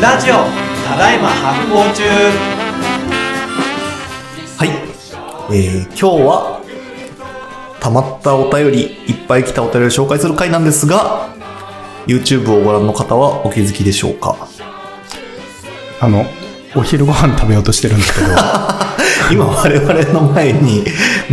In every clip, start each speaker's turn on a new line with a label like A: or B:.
A: ラジオただいま発行中
B: はい、えー、今日はたまったお便りいっぱい来たお便りを紹介する回なんですが YouTube をご覧の方はお気づきでしょうか
C: あの、お昼ご飯食べようとしてるんですけど、
B: 今我々の前に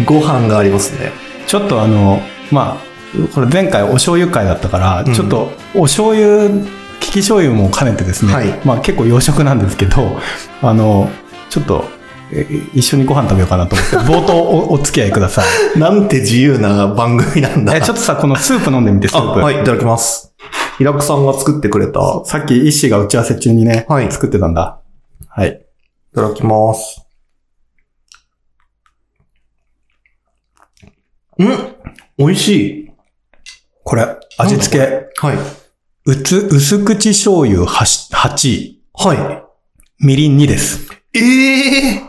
B: ご飯がありますね
C: ちょっとあの、まあ、これ前回お醤油会だったから、
B: ん
C: ちょっとお醤油、利き醤油も兼ねてですね、
B: はい
C: まあ結構洋食なんですけど、あの、ちょっと、え一緒にご飯食べようかなと思 って、冒頭おお付き合いください。
B: なんて自由な番組なんだ
C: え、ちょっとさ、このスープ飲んでみて、ス
B: あ
C: ープ。
B: はいいただきます平子さんが作ってくれたい
C: さっき、医師が打ち合わせ中にね、
B: はい
C: 作ってたんだ。はい。
B: ただきますん美味しい
C: これ、味付け。
B: はい。
C: うつ、薄口醤油8、8、
B: は
C: みりん2です。
B: い。ええ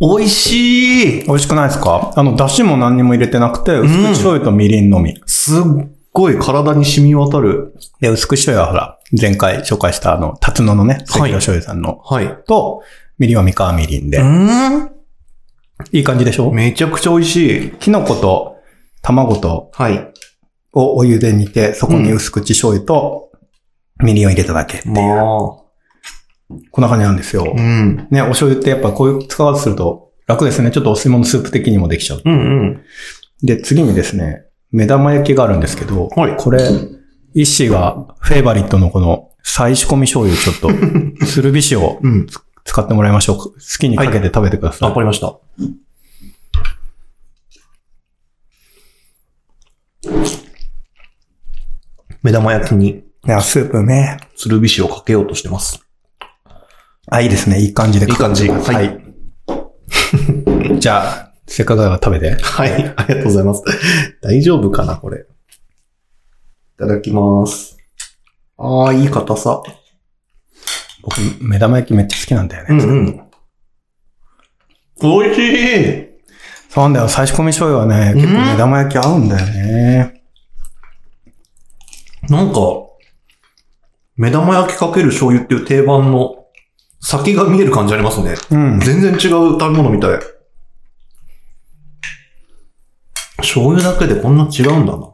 B: 美味しい
C: 美味しくないですかあの、だしも何にも入れてなくて、薄口醤油とみりんのみ。
B: すっごい体に染み渡る。
C: で、薄口醤油はほら、前回紹介したあの、タツノのね、赤
B: はい
C: 道醤油さんの、
B: はい。
C: と、みりんは三河みりんで、
B: う
C: いい感じでしょ
B: んめちゃくちゃ美味しい。
C: キノコと卵と、
B: はい。
C: をお湯で煮て、そこに薄口醤油と、みりんを入れただけ。
B: まあ。
C: こんな感じなんですよ。
B: うん。
C: ね、お醤油ってやっぱこういう使わずすると楽ですね。ちょっとお吸い物スープ的にもできちゃう。
B: うんうん。
C: で、次にですね、目玉焼きがあるんですけど、
B: はい
C: これ、イッシーがフェイバリットのこの再仕込み醤油ちょっ と、スルビシを
B: うん。
C: 使ってもらいましょう。好きにかけて食べてください。
B: わかりました。目玉焼きに、
C: いやスープね。
B: 鶴びしをかけようとしてます。
C: あ、いいですね。いい感じで
B: いい感じ。
C: かかってますはい。じゃあ、せっかくだから食べて。
B: はい、ありがとうございます。大丈夫かな、これ。いただきます。ああ、いい硬さ。
C: 僕、目玉焼きめっちゃ好きなんだよね。
B: んうん。美味しい
C: そうなんだよ。再仕込み醤油はね、結構目玉焼き合うんだよね。
B: なんか、目玉焼きかける醤油っていう定番の先が見える感じありますね。
C: うん。
B: 全然違う食べ物みたい。醤油だけでこんな違うんだな。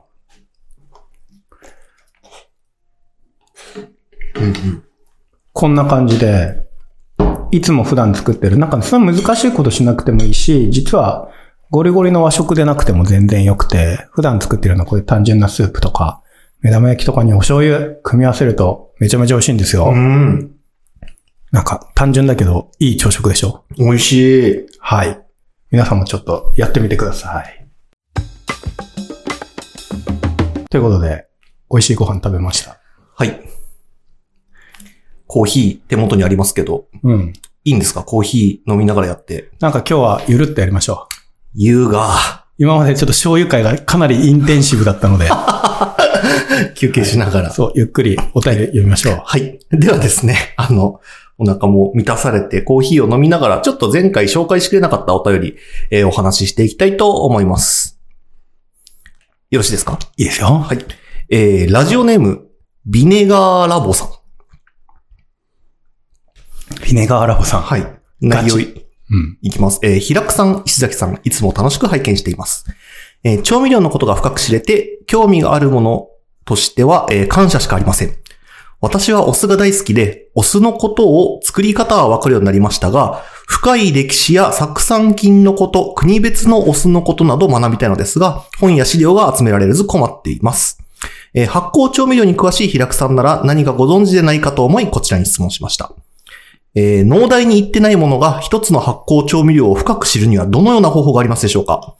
C: こんな感じで、いつも普段作ってる。なんか、そんな難しいことしなくてもいいし、実は、ゴリゴリの和食でなくても全然良くて、普段作ってるようなこういう単純なスープとか、目玉焼きとかにお醤油組み合わせるとめちゃめちゃ美味しいんですよ。
B: うん。
C: なんか、単純だけど、いい朝食でしょ
B: 美味しい。
C: はい。皆さんもちょっとやってみてください。ということで、美味しいご飯食べました。
B: はい。コーヒー手元にありますけど、
C: うん。
B: いいんですかコーヒー飲みながらやって。
C: なんか今日はゆるっとやりましょう。
B: 優雅。
C: 今までちょっと醤油会がかなりインテンシブだったので、
B: 休憩しながら。
C: そう、ゆっくりお便り読みましょう。
B: はい。ではですね、あの、お腹も満たされてコーヒーを飲みながら、ちょっと前回紹介しきれなかったお便り、えーお話ししていきたいと思います。よろしいですか
C: いいですよ。
B: はい。えー、ラジオネーム、ビネガーラボさん。
C: ビネガーラボさん。。
B: はいい。内容い
C: うん。
B: いきます。えー、平久さん、石崎さん、いつも楽しく拝見しています。えー調味料のことが深く知れて、興味があるものとしては、えー感謝しかありません。私はお酢が大好きで、お酢のことを作り方はわかるようになりましたが、深い歴史や酢酸菌のこと、国別のお酢のことなど学びたいのですが、本や資料が集められず困っています。えー発酵調味料に詳しい平久さんなら何かご存知でないかと思い、こちらに質問しました。えー農大に行ってないものが一つの発酵調味料を深く知るにはどのような方法がありますでしょうか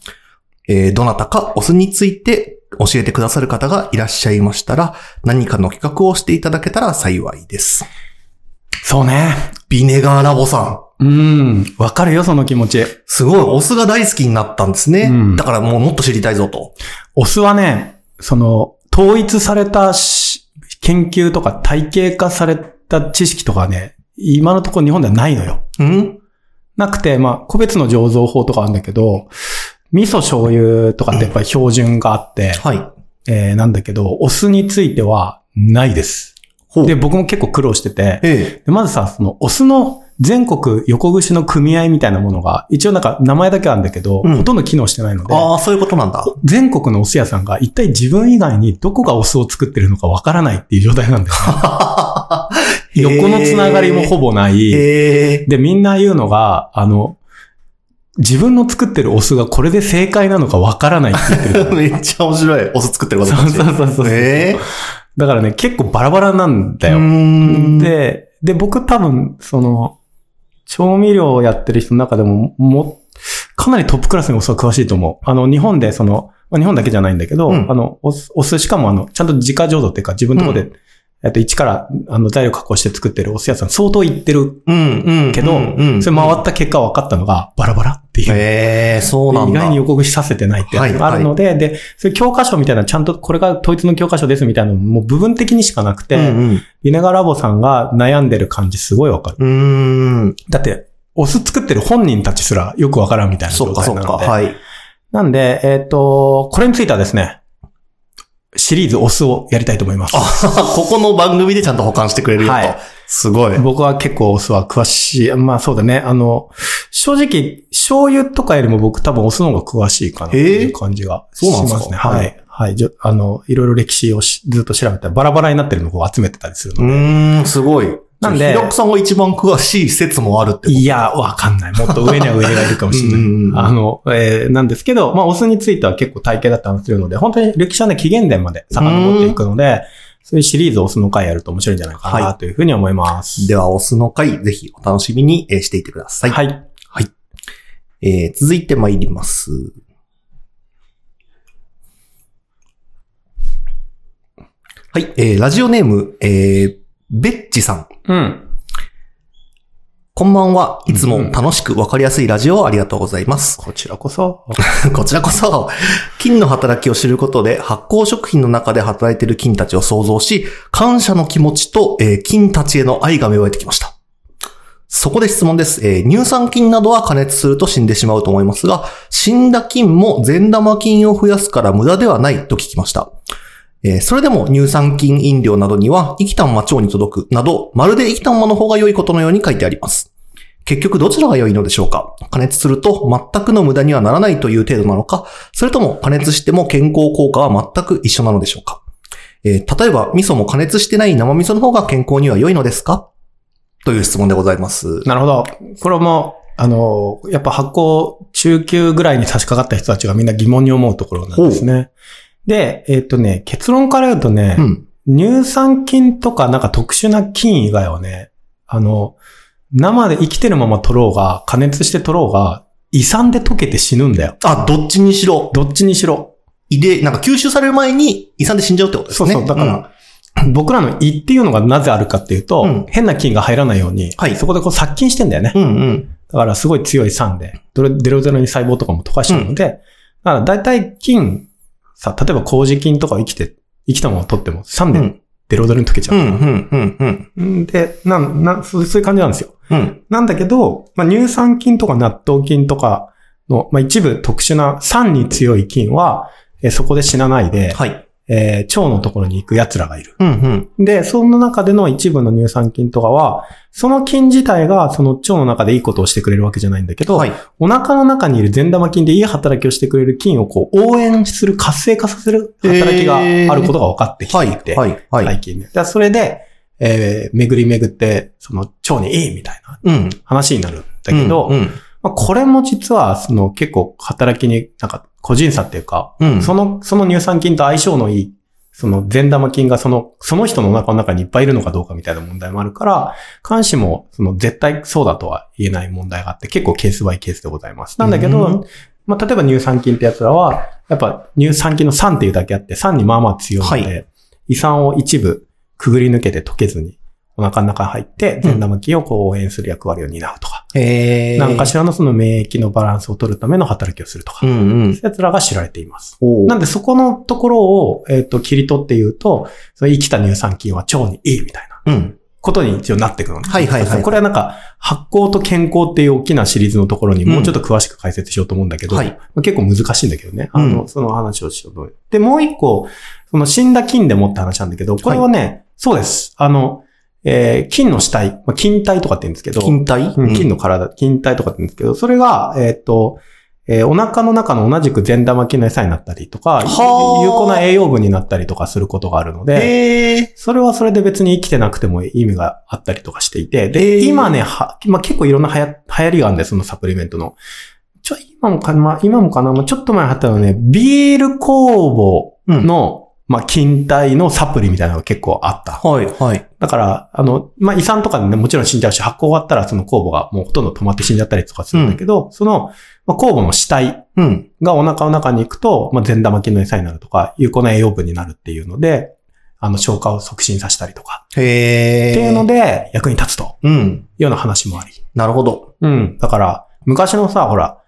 B: えーどなたかお酢について教えてくださる方がいらっしゃいましたら、何かの企画をしていただけたら幸いです。
C: そうね。
B: ビネガーラボさん。
C: うん。わかるよ、その気持ち。
B: すごい、お酢が大好きになったんですね。
C: うん
B: だからもうもっと知りたいぞと。
C: お酢はね、その、統一されたし研究とか体系化された知識とかね、今のところ日本ではないのよ。
B: うん
C: なくて、まあ、個別の醸造法とかあるんだけど、味噌醤油とかってやっぱり標準があって、
B: はい。
C: えーなんだけど、お酢についてはないです。
B: ほう
C: で、僕も結構苦労してて、
B: え
C: でまずさ、そのお酢の全国横串の組合みたいなものが、一応なんか名前だけあるんだけど、
B: うん
C: ほとんど機能してないので、
B: ああ、そういうことなんだ。
C: 全国のお酢屋さんが一体自分以外にどこがお酢を作ってるのかわからないっていう状態な んですよ。横のつながりもほぼない。
B: ええ
C: で、みんな言うのが、あの、自分の作ってるお酢がこれで正解なのかわからないって言って る。
B: めっちゃ面白い。お酢作ってる
C: そうそうそうそう。
B: え
C: だからね、結構バラバラなんだ
B: え
C: よ。
B: ん
C: で、で、僕多分、その、調味料をやってる人の中でも、も、かなりトップクラスにお酢は詳しいと思う。あの、日本で、その、まあ、日本だけじゃないんだけど、
B: うん
C: あの、お酢、お酢しかも、あの、ちゃんと自家醸造っていうか、自分のところで、えっと、一から、あの、材料加工して作ってるお酢屋さん、相当行ってる
B: うん、うん。
C: けど、
B: うんうん
C: それ回った結果分かったのが、バラバラっていう。
B: ええそう
C: で
B: なん
C: 意
B: だ。
C: 外に横串させてないってやつがあるので、で、そういう教科書みたいな、ちゃんとこれが統一の教科書ですみたいなのももう部分的にしかなくて、
B: うん、
C: 稲川ラボさんが悩んでる感じすごいわかる。
B: うん。うーん。
C: だって、お酢作ってる本人たちすらよくわからんみたいな
B: そ
C: 状
B: っかそ
C: 態
B: っ
C: なので。
B: か。はい。
C: なんで、えっ、と、これについてはですね、シリーズお酢をやりたいと思いま す。
B: ここの番組でちゃんと保管してくれるよと。
C: はい
B: すごい。
C: 僕は結構お酢は詳しい。まあそうだね。あの、正直、醤油とかよりも僕多分お酢の方が詳しいかなっていう感じがし
B: そうなん
C: ま
B: ですす
C: ね。
B: か
C: はい。はい。じゃあの、いろいろ歴史をしずっと調べたらバラバラになってるのを集めてたりするの
B: うーん、すごい。
C: なんで
B: ひろこさんが一番詳しい説もあるってこと
C: いや、わかんない。もっと上には上がいるかもしれ
B: うんうんう
C: なんい。あの、えーなんですけど、まあ、お酢については結構体系だった話するので、本当に歴史はね、紀元前まで遡っていくので、そういうシリーズお酢の回やると面白いんじゃないか
B: は
C: な、というふうに思います。
B: では、オスの回、ぜひお楽しみにえーしていてください。
C: はい。
B: えー続いて参ります。はい、えーラジオネーム、えーベッチさん。
C: うん。
B: こんばんは。いつも楽しくわかりやすいラジオをありがとうございます。
C: こちらこそ。
B: こちらこそ、菌の働きを知ることで、発酵食品の中で働いている菌たちを想像し、感謝の気持ちと、えー菌たちへの愛が芽生えてきました。そこで質問です、えー乳酸菌などは加熱すると死んでしまうと思いますが、死んだ菌も善玉菌を増やすから無駄ではないと聞きました。えーそれでも乳酸菌飲料などには生きたまま腸に届くなど、まるで生きたままの方が良いことのように書いてあります。結局どちらが良いのでしょうか加熱すると全くの無駄にはならないという程度なのかそれとも加熱しても健康効果は全く一緒なのでしょうかえー例えば味噌も加熱してない生味噌の方が健康には良いのですかという質問でございます。
C: なるほど。これも、あの、やっぱ発酵中級ぐらいに差し掛かった人たちがみんな疑問に思うところなんですね。で、えっ、とね、結論から言うとね、
B: うん。
C: 乳酸菌とかなんか特殊な菌以外はね、あの、生で生きてるまま取ろうが、加熱して取ろうが、胃酸で溶けて死ぬんだよ。
B: あ、どっちにしろ、
C: どっちにしろ。
B: 胃で、なんか吸収される前に胃酸で死んじゃうってことです
C: そう
B: ね。
C: そう。だか
B: ん
C: ら、僕らの胃っていうのがなぜあるかっていうと、
B: うん
C: 変な菌が入らないように、
B: はい
C: そこでこう殺菌してんだよね。
B: うんうん。
C: だからすごい強い酸で、どれデロデロに細胞とかも溶かしてるので、だから大体菌、さ、例えば麹菌とかを生きて、生きたものを取っても酸
B: う
C: で
B: ん。
C: デロデロに溶けちゃ
B: う
C: う。
B: んうんうんうん。
C: うんで、なん、なん、そうそういう感じなんですよ。
B: うん。
C: なんだけど、まあ、乳酸菌とか納豆菌とかの、まあ、一部特殊な酸に強い菌は、えーそこで死なないで、
B: はい。
C: えー腸のところに行く奴らがいる。
B: うんうん。
C: で、その中での一部の乳酸菌とかは、その菌自体がその腸の中でいいことをしてくれるわけじゃないんだけど、
B: はい。
C: お腹の中にいる善玉菌でいい働きをしてくれる菌をこう応援する、活性化させる働きがあることが分かってきてい
B: は
C: て、
B: い。はい。はい。
C: 最近ね。だからそれで、えー巡り巡って、その腸にいいみたいな
B: うん。
C: 話になるんだけど、
B: うん。
C: まあ、これも実は、その結構働きに、なんか個人差っていうか、
B: うん。
C: その、その乳酸菌と相性のいい、その善玉菌がその、その人のお腹の中にいっぱいいるのかどうかみたいな問題もあるから、監視も、その絶対そうだとは言えない問題があって、結構ケースバイケースでございます。なんだけ
B: うん
C: ど、まあ、例えば乳酸菌ってやつらは、やっぱ乳酸菌の酸っていうだけあって、酸にまあまあ強いの
B: は
C: で、
B: い
C: 胃酸を一部くぐり抜けて溶けずに、お腹の中に入って、善玉菌をこう応援する役割を担うとか。
B: えー。
C: 何かしらのその免疫のバランスを取るための働きをするとか、
B: う
C: そうん
B: う
C: い
B: ん
C: う。奴らが知られています。
B: おー
C: なんでそこのところを、えっ、と、切り取って言うと、その生きた乳酸菌は腸にいいみたいな
B: うん。
C: ことに一応なってくるのね
B: はいはいはい
C: これはなんか、発酵と健康っていう大きなシリーズのところにもうちょっと詳しく解説しようと思うんだけど、
B: はい
C: まあ結構難しいんだけどね。あの、
B: うん
C: その話をしようと思う。で、もう一個、その死んだ菌でもって話なんだけど、これはね、そうです。あの、えー菌の死体、まあ、菌体とかって言うんですけど、
B: 金体
C: うん菌の体、菌体とかって言うんですけど、それが、えーっと、えーお腹の中の同じく善玉菌の餌になったりとか、有
B: はあ
C: 効な栄養分になったりとかすることがあるので、
B: へえ。
C: それはそれで別に生きてなくても意味があったりとかしていて、
B: えー
C: で、今ね、は、まあ、結構いろんな流行流行りがあるんだよ、そのサプリメントの。ちょ、今もかな、まあ、今もかな、まあ、ちょっと前にあったのはね、ビール工房の、まあ、菌体のサプリみたいなのが結構あった。
B: はい、はい。
C: だから、あの、まあ、胃酸とかでね、もちろん死んじゃうし、発酵終わったらその酵母がもうほとんど止まって死んじゃったりとかするんだけど、その、まあ、酵母の死体
B: うん。
C: がお腹の中に行くと、まあ、善玉菌の餌になるとか、有効な栄養分になるっていうので、あの、消化を促進させたりとか、
B: へえ。
C: っていうので、役に立つと
B: うん。
C: いうような話もあり。
B: なるほど。
C: うん。だから、昔のさ、ほら、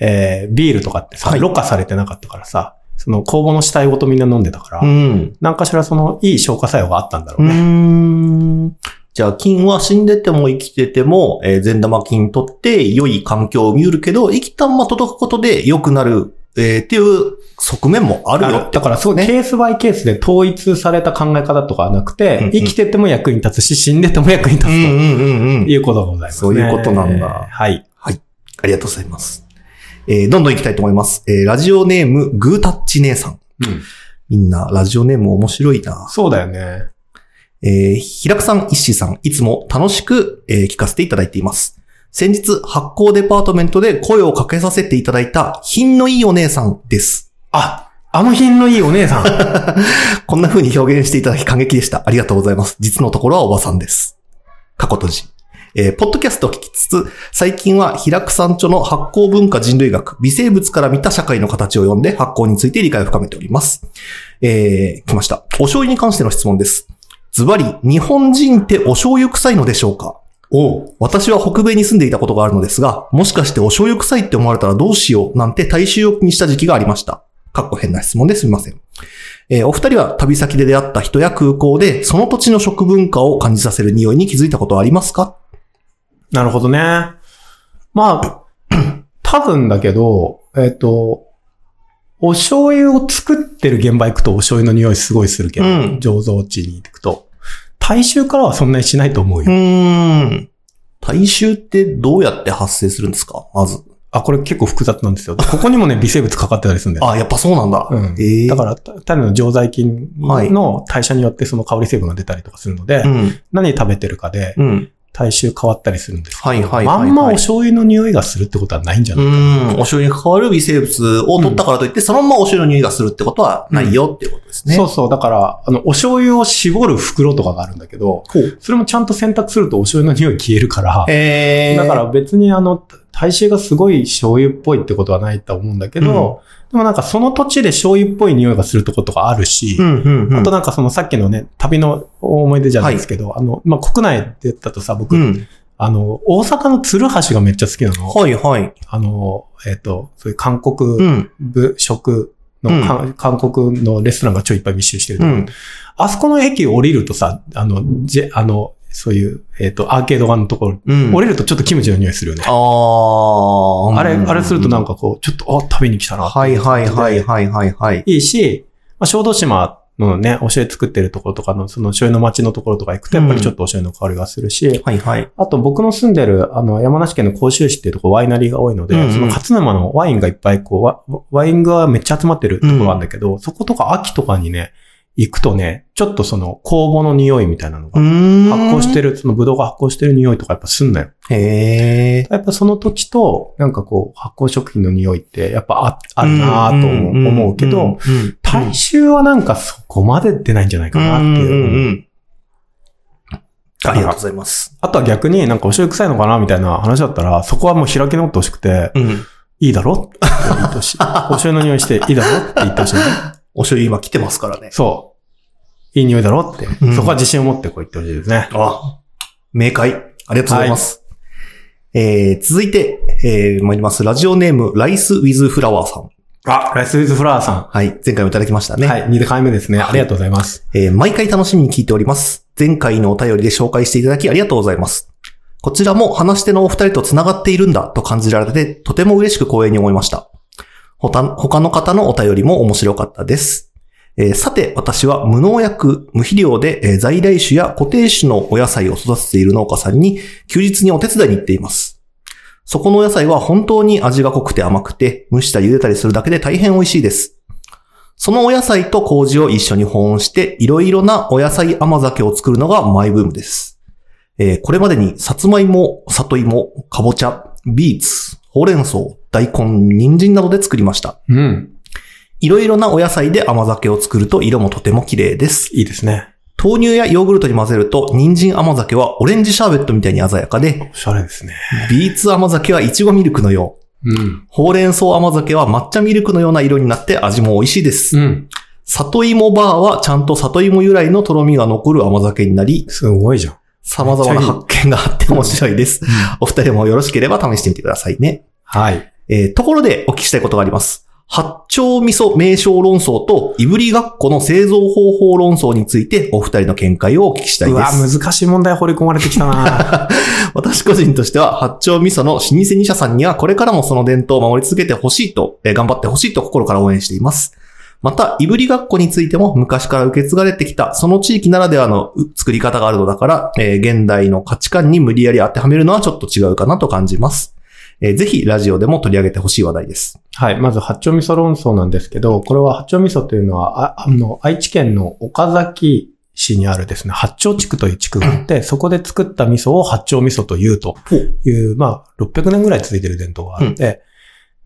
C: えー、ビールとかってさ、
B: はい
C: ろ過されてなかったからさ、その酵母の死体ごとみんな飲んでたから、
B: うん。
C: なんかしらその、いい消化作用があったんだろ
B: う
C: うね。
B: ーん。じゃあ、菌は死んでても生きてても、えー善玉菌取って良い環境を見るけど、生きたまま届くことで良くなる、えーっていう側面もあるよ
C: あのだから、そう、
B: ね
C: ケースバイケースで統一された考え方とかはなくて、
B: うんうん
C: 生きてても役に立つし、死んでても役に立
B: う
C: つと
B: んうんうんうん。
C: いうことがございます、ね。
B: そういうことなんだ
C: はい。
B: ありがとうございます。えーどんどん行きたいと思います。えーラジオネーム、グータッチ姉さん。みんな、ラジオネーム面白いな。
C: そうだよね。
B: えー、平久さん、石井さん、いつも楽しく、えー聞かせていただいています。先日、発行デパートメントで声をかけさせていただいた、品のいいお姉さんです。
C: あ、あの品のいいお姉さん。
B: こんな風に表現していただき感激でした。ありがとうございます。実のところはおばさんです。過去閉じ。えーポッドキャストを聞きつつ、最近は平久さん著の発酵文化人類学、微生物から見た社会の形を読んで発酵について理解を深めております。えー、来ました。お醤油に関しての質問です。ズバリ、日本人ってお醤油臭いのでしょうかお私は北米に住んでいたことがあるのですが、もしかしてお醤油臭いって思われたらどうしようなんて大衆を気にした時期がありました。かっこ変な質問ですみません。えーお二人は旅先で出会った人や空港で、その土地の食文化を感じさせる匂いに気づいたことはありますか
C: なるほどね。まあ、 多分だけど、えっ、と、お醤油を作ってる現場行くとお醤油の匂いすごいするけど、
B: うん
C: 醸造地に行くと。大衆からはそんなにしないと思うよ。
B: ん。大衆ってどうやって発生するんですかまず。
C: あ、これ結構複雑なんですよ。ここにもね、微生物かかってたりするんだよ。
B: あ、やっぱそうなんだ。
C: うん
B: ええ
C: だから、た種の常在菌の代謝によってその香り成分が出たりとかするので、
B: うん。
C: 何食べてるかで
B: うん。
C: 体臭変わったりするんですけど。
B: はいはいはいはい
C: まんまお醤油の匂いがするってことはないんじゃな
B: う
C: い、
B: ん。お醤油に関わる微生物を取ったからといって、そのままお醤油の匂いがするってことはないよっていうことですね。
C: そうそう。だから、あの、お醤油を絞る袋とかがあるんだけど、それもちゃんと洗濯するとお醤油の匂い消えるから、
B: えー
C: だから別にあの、体臭がすごい醤油っぽいってことはないと思うんだけど、でもなんかその土地で醤油っぽい匂いがするとことがあるし、
B: うんうんうん。
C: あとなんかそのさっきのね、旅の思い出じゃないですけど、あの、まあ、国内でだとさ、僕、
B: うん。
C: あの、大阪の鶴橋がめっちゃ好きなの。
B: はいはい。
C: あの、えっ、と、そういう韓
B: う
C: 国
B: ん。
C: 部食の、
B: うん
C: かん韓国のレストランがちょいいっぱい密集してる
B: う
C: とこ、
B: ん。
C: あそこの駅降りるとさ、あの、じあの、そういう、えっ、と、アーケード側のところ、
B: うん。
C: 降りるとちょっとキムチの匂いするよね。
B: あー。
C: あれ、あれするとなん
B: か。
C: かこう、ちょっと、あ、食べに来たなって
B: はいはいはい
C: い
B: はいはいはい。
C: い。いいし、まあ、小豆島のね、お醤油作ってるところとかの、その醤油の街のところとか行くと、やっぱりちょっとお醤油の香りがするし、
B: はいはい。
C: あと僕の住んでる、あの、山梨県の甲州市っていうとこワイナリーが多いので、
B: うんうん
C: その勝沼のワインがいっぱいこう、ワワインがめっちゃ集まってるところなんだけど、そことか秋とかにね、行くとね、ちょっとその酵母の匂いみたいなのが、
B: 発
C: 発酵してる、そのブドウが発酵してる匂いとかやっぱすんのよ。
B: へえ。
C: やっぱその土地と、なんかこう、発酵食品の匂いってやっぱああるなぁと思う思うけど、
B: うん、
C: 大衆はなんかそこまで出ないんじゃないかなっていう。
B: ん。ありがとうございます。
C: あとは逆になんかお醤油臭いのかなみたいな話だったら、そこはもう開き直ってほしくて、
B: うん。
C: いいだろって言 ってほしい。お醤油の匂いしていいだろって言ってほしいね。
B: お醤油今来てますからね。
C: そう。いい匂いだろって
B: う。ん
C: そこは自信を持ってこう言ってほしいですね。
B: あ、明快。ありがとうございます。えー、続いて、えー、参ります。ラジオネーム、ライスウィズフラワーさん。
C: あ、ライスウィズフラワーさ
B: はい。前回もいただきました
C: ん。
B: ね。
C: はい、2回目ですね。ありがとうございます。
B: えー毎回楽しみに聞いております。前回のお便りで紹介していただきありがとうございます。こちらも話し手のお二人と繋がっているんだと感じられて、とても嬉しく光栄に思いました。他他の方のお便りも面白かったです。えーさて、私は無農薬、無肥料で、えー在来種や固定種のお野菜を育てている農家さんに休日にお手伝いに行っています。そこのお野菜は本当に味が濃くて甘くて、蒸したり茹でたりするだけで大変美味しいです。そのお野菜と麹を一緒に保温して、いろいろなお野菜甘酒を作るのがマイブームです。えーこれまでに、さつまいも、里芋、かぼちゃ、ビーツ、ほうれん草、大根、人参などで作りました。
C: うん。
B: いろいろなお野菜で甘酒を作ると色もとても綺麗です。
C: いいですね。
B: 豆乳やヨーグルトに混ぜると、人参甘酒はオレンジシャーベットみたいに鮮やかで、
C: おしゃれですね。
B: ビーツ甘酒はいちごミルクのよう。
C: うん。
B: ほうれん草甘酒は抹茶ミルクのような色になって味も美味しいです。
C: うん。
B: 里芋バーはちゃんと里芋由来のとろみが残る甘酒になり、
C: すごいじゃん。
B: 様々な発見があって面白いです。お二人もよろしければ試してみてくださいね。
C: はい。
B: えーところでお聞きしたいことがあります。八丁味噌名称論争といぶりがっこの製造方法論争についてお二人の見解をお聞きしたいうで
C: わ、
B: す。
C: 難しい問題掘り込まれてきたな
B: 私個人としては八丁味噌の老舗2社さんにはこれからもその伝統を守り続けてほしいと、えー頑張ってほしいと心から応援しています。また、いぶりがっこについても昔から受け継がれてきた、その地域ならではのう作り方があるのだから、えー現代の価値観に無理やり当てはめるのはちょっと違うかなと感じます。えーぜひ、ラジオでも取り上げてほしい話題です。
C: はい。まず、八丁味噌論争なんですけど、これは八丁味噌というのは、ああの、愛知県の岡崎市にあるですね、八丁地区という地区があって、そこで作った味噌を八丁味噌というという、まあ、600年ぐらい続いてる伝統があって、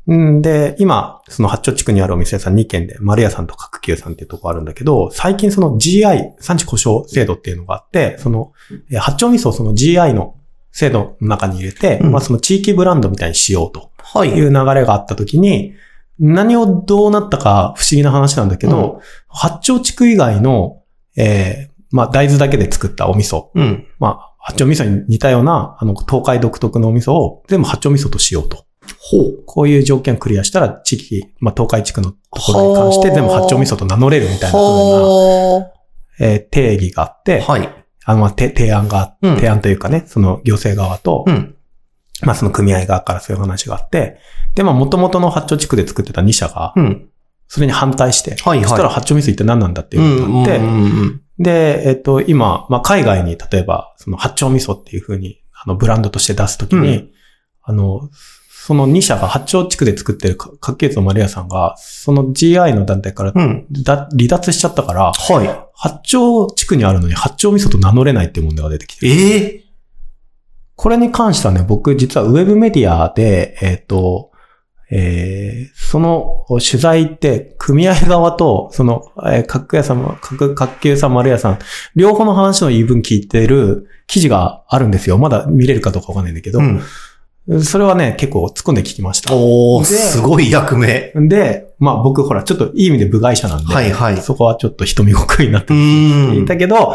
C: うん、で、今、その八丁地区にあるお店屋さん2軒で、丸屋さんと角球さんっていうとこあるんだけど、最近その GI、産地故障制度っていうのがあって、その、えー八丁味噌をその GI の制度の中に入れて、
B: うん
C: まあその地域ブランドみたいにしようと。
B: は
C: っていう流れがあった時に、何をどうなったか不思議な話なんだけど、八丁地区以外の、えーまあ大豆だけで作ったお味噌、
B: うん。
C: まあ八丁味噌に似たような、あの、東海独特のお味噌を全部八丁味噌としようと。
B: ほう。
C: こういう条件をクリアしたら、地域、まあ東海地区のところに関して
B: はあ
C: 全部八丁味噌と名乗れるみたいなような、えー定義があって、
B: はい。
C: あの、まあ、て提案が、
B: うん
C: 提案というかね、その行政側と、
B: うん。
C: まあその組合側からそういう話があって、で、まあ元々の八丁地区で作ってた2社が、
B: うん。
C: それに反対して、
B: はいはい
C: そしたら八丁味噌一体何なんだっていうことになって、
B: うんうん
C: で、えっと、今、まあ海外に例えば、その八丁味噌っていうふうに、あの、ブランドとして出すときに、
B: う
C: あの、その2社が八丁地区で作ってるかっけのマリアさんが、その GI の団体から
B: うん。うん。
C: だ離脱しちゃったから、
B: は
C: 八丁地区にあるのに八丁味噌と名乗れないって問題が出てきて
B: い。ええ
C: これに関してはね、僕実はウェブメディアで、えっ、と、えーその取材って、組合側と、その、えー、各屋さんも、各、各級さん、丸屋さん、両方の話の言い分聞いてる記事があるんですよ。まだ見れるかどうかわかんないんだけど、
B: うん。
C: それはね、結構突っ込んで聞きました。
B: おー、
C: です
B: ごい役目。
C: で、まあ僕ほら、ちょっといい意味で部外者なんで、
B: はいはい。
C: そこはちょっと人見ごくいな
B: うーん。
C: だけど、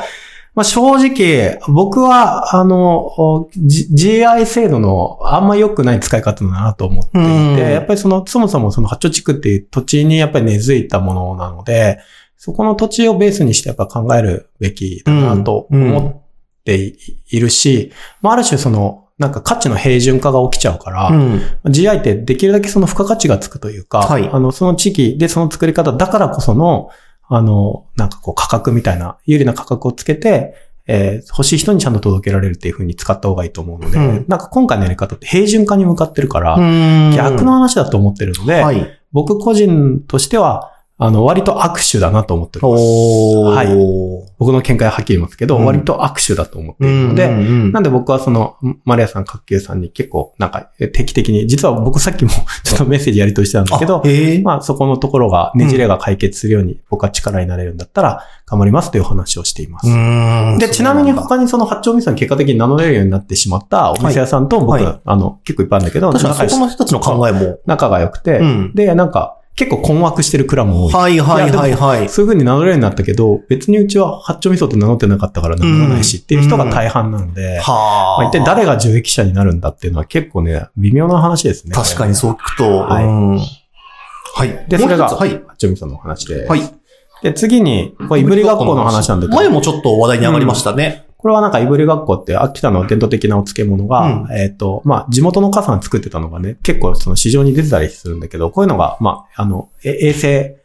C: まあ、正直、僕は、あの、お G- GI 制度のあんま良くない使い方だなと思って
B: うん
C: いて、やっぱりその、そもそもその八丁地区っていう土地にやっぱり根付いたものなので、そこの土地をベースにしてやっぱ考えるべきだなと思っていいるし、まあ、ある種その、なんか価値の平準化が起きちゃうから、
B: うん。
C: GI ってできるだけその付加価値がつくというか、
B: はい
C: あの、その地域でその作り方だからこその、あの、なんかこう価格みたいな、有利な価格をつけて、えー欲しい人にちゃんと届けられるっていう風に使った方がいいと思うので、
B: うん
C: なんか今回のやり方って平準化に向かってるから、逆の話だと思ってるので、
B: はい。
C: 僕個人としては、あの、割と握手だなと思っております。
B: おー。
C: はい僕の見解ははっきり言いますけど、
B: うん
C: 割と握手だと思って
B: う
C: いる
B: ん。
C: ので、
B: うん
C: なんで僕はその、マリアさん、角球さんに結構、なんか、え定期的に、実は僕さっきも ちょっとメッセージやりとりしてたんだけど
B: あ、ええ
C: まあそこのところが、ねじれが解決するように僕は力になれるんだったら、頑張りますというお話をしています。
B: うーん
C: で、ちなみに
B: そう
C: 他にその八丁味噌に結果的に名乗れるようになってしまったお店屋さんと僕、
B: はいは
C: あの、結構いっぱいあるんだけど、
B: なんだ確か
C: 仲
B: にそこの人たちの考えも。
C: 仲が良くて、
B: うん
C: で、なんか、結構困惑してる蔵も多い。
B: はいはいはいはい。
C: そういう風に名乗れるようになったけど、別にうちは八丁味噌って名乗ってなかったから名乗らないしっていう人が大半なので、
B: は
C: ま
B: あ。
C: あ、一体誰が受益者になるんだっていうのは結構ね、微妙な話ですね。
B: 確かにそう聞くと。
C: はいう
B: はい。
C: でそれが
B: もう一つ
D: 八海さんのお話で。
B: はい。はい。
C: で、次に、これ、いぶりがっこの話なんだけど、
B: 前もちょっと話題に上がりましたね。
C: これはなんか、いぶりがっこって、秋田の伝統的なお漬物が、えっ、と、まあ、地元のお母さんが作ってたのがね、結構その市場に出てたりするんだけど、こういうのが、まあ、あの、え衛生、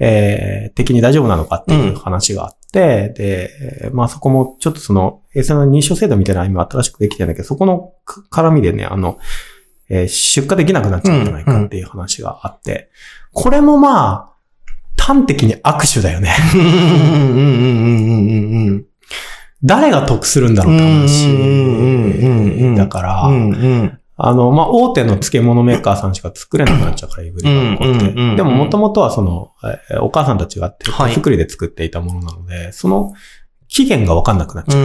C: えー的に大丈夫なのかっていう話があって、で、まあそこもちょっとその、衛生の認証制度みたいなのが今新しくできてるんだけど、そこのか絡みでね、あの、えー出荷できなくなっちゃうんじゃないかっていう話があって、これもまあ、端的に握手だよね。
B: うん、うん、うん、うん、うん、うん。
C: 誰が得するんだろうって話。だから、
B: うん、うん。
C: あの、まあ、大手の漬物メーカーさんしか作れなくなっちゃうから、いぶりがっこっ
B: うんうんうんう
C: て。
B: ん
C: でも、もともとはその、えお母さんたちが手
B: はい
C: 作りで作っていたものなので、その期限がわかんなくなっちゃう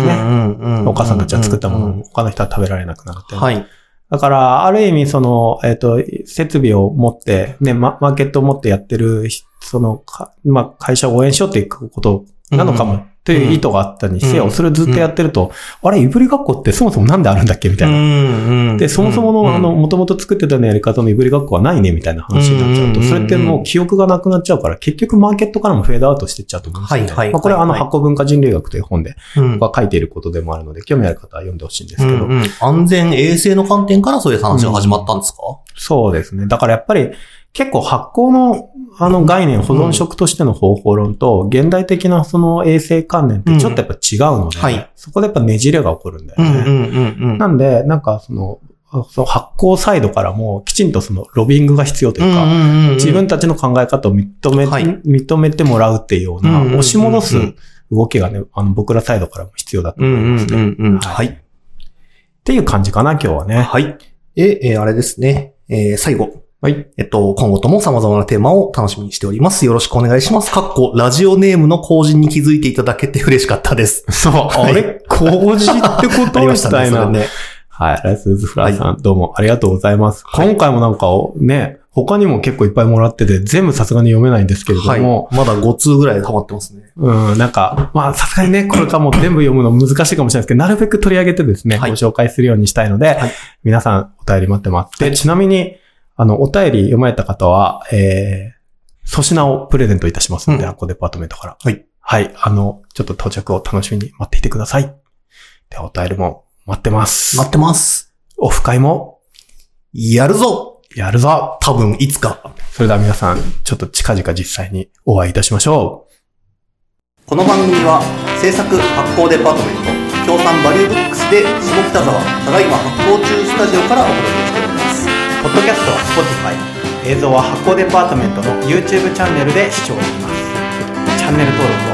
C: ね。
B: ね
C: お母さんたちが作ったものを他の人は食べられなくなるっていうのは
B: はい。
C: だから、ある意味、その、えっ、と、設備を持って、ね、ママーケットを持ってやってる、その、かまあ、会社を応援しようっていくことなのか
B: う
C: も
B: ん、
C: という意図があったにせよ、
B: うん
C: それをずっとやってると、あれ、いぶりがっこってそもそもなんであるんだっけみたいな。で、そもそもの、あの、、もともと作ってたのやり方のいぶりがっこはないね、みたいな話になっちゃうと、
B: うんうんうんうん
C: それってもう記憶がなくなっちゃうから、結局マーケットからもフェードアウトしてっちゃうと思うんですよね。
B: はいはい
C: まあ、これはあの、
B: はいはい
C: 発酵文化人類学という本で、
B: うん
C: 僕は書いていることでもあるので、興味ある方は読んでほしいんですけど、
B: うんうん安全衛生の観点からそういう話が始まったんですか、
C: そうですね。だからやっぱり結構発酵のあの概念、保存食としての方法論と、現代的なその衛生観念ってちょっとやっぱ違うので、
B: うんはい
C: そこでやっぱねじれが起こるんだよね。
B: んうん
C: なんで、なんかその、あその発酵サイドからもきちんとそのロビングが必要というか、自分たちの考え方を認め、
B: はい
C: 認めてもらうっていうような、
B: うんうんうんうん
C: 押し戻す動きがね、あの僕らサイドからも必要だと
B: うん
C: 思い
B: うん
C: ますね。
B: うんうん。
C: は
B: はいい。
C: っていう感じかな、今日はね。
B: はい。え、えーあれですね。えー最後。
C: はい。
B: えっと、今後とも様々なテーマを楽しみにしております。よろしくお願いします。かっこ、ラジオネームの更新に気づいていただけて嬉しかったです。
C: そう、あれ、工事ってこと
B: ありま
C: み
B: した
C: た
B: ね。
C: い
B: それ
C: な。
B: ね。
C: はい。ライスウズフライさん、どうもありがとうございます。今回もなんかをね、他にも結構いっぱいもらってて、全部さすがに読めないんですけれど
B: はい。
C: も、
B: まだ5通ぐらい溜まってますね。
C: うん、なんか、まあさすがにね、これからも全部読むの難しいかもしれないですけど、なるべく取り上げてですね、
B: はい
C: ご紹介するようにしたいので、
B: はい
C: 皆さんお便り待ってます。で、ちなみに、あの、お便り読まれた方は、えー、粗品をプレゼントいたしますので、
B: うん
C: アコデパートメントから。
B: はい。
C: はい。あの、ちょっと到着を楽しみに待っていてください。で、お便りも待ってます。
B: 待ってます。
C: オフ会も
B: やるぞ
C: やるぞ
B: 多分、いつか。
C: それでは皆さん、ちょっと近々実際にお会いいたしましょう。
B: この番組は制作発行デパートメント協賛バリューブックスで下北沢ただいま発行中スタジオからお届けしております
C: ポッドキャストは Spotify、映像は発行デパートメントの YouTube チャンネルで視聴できます。チャンネル登録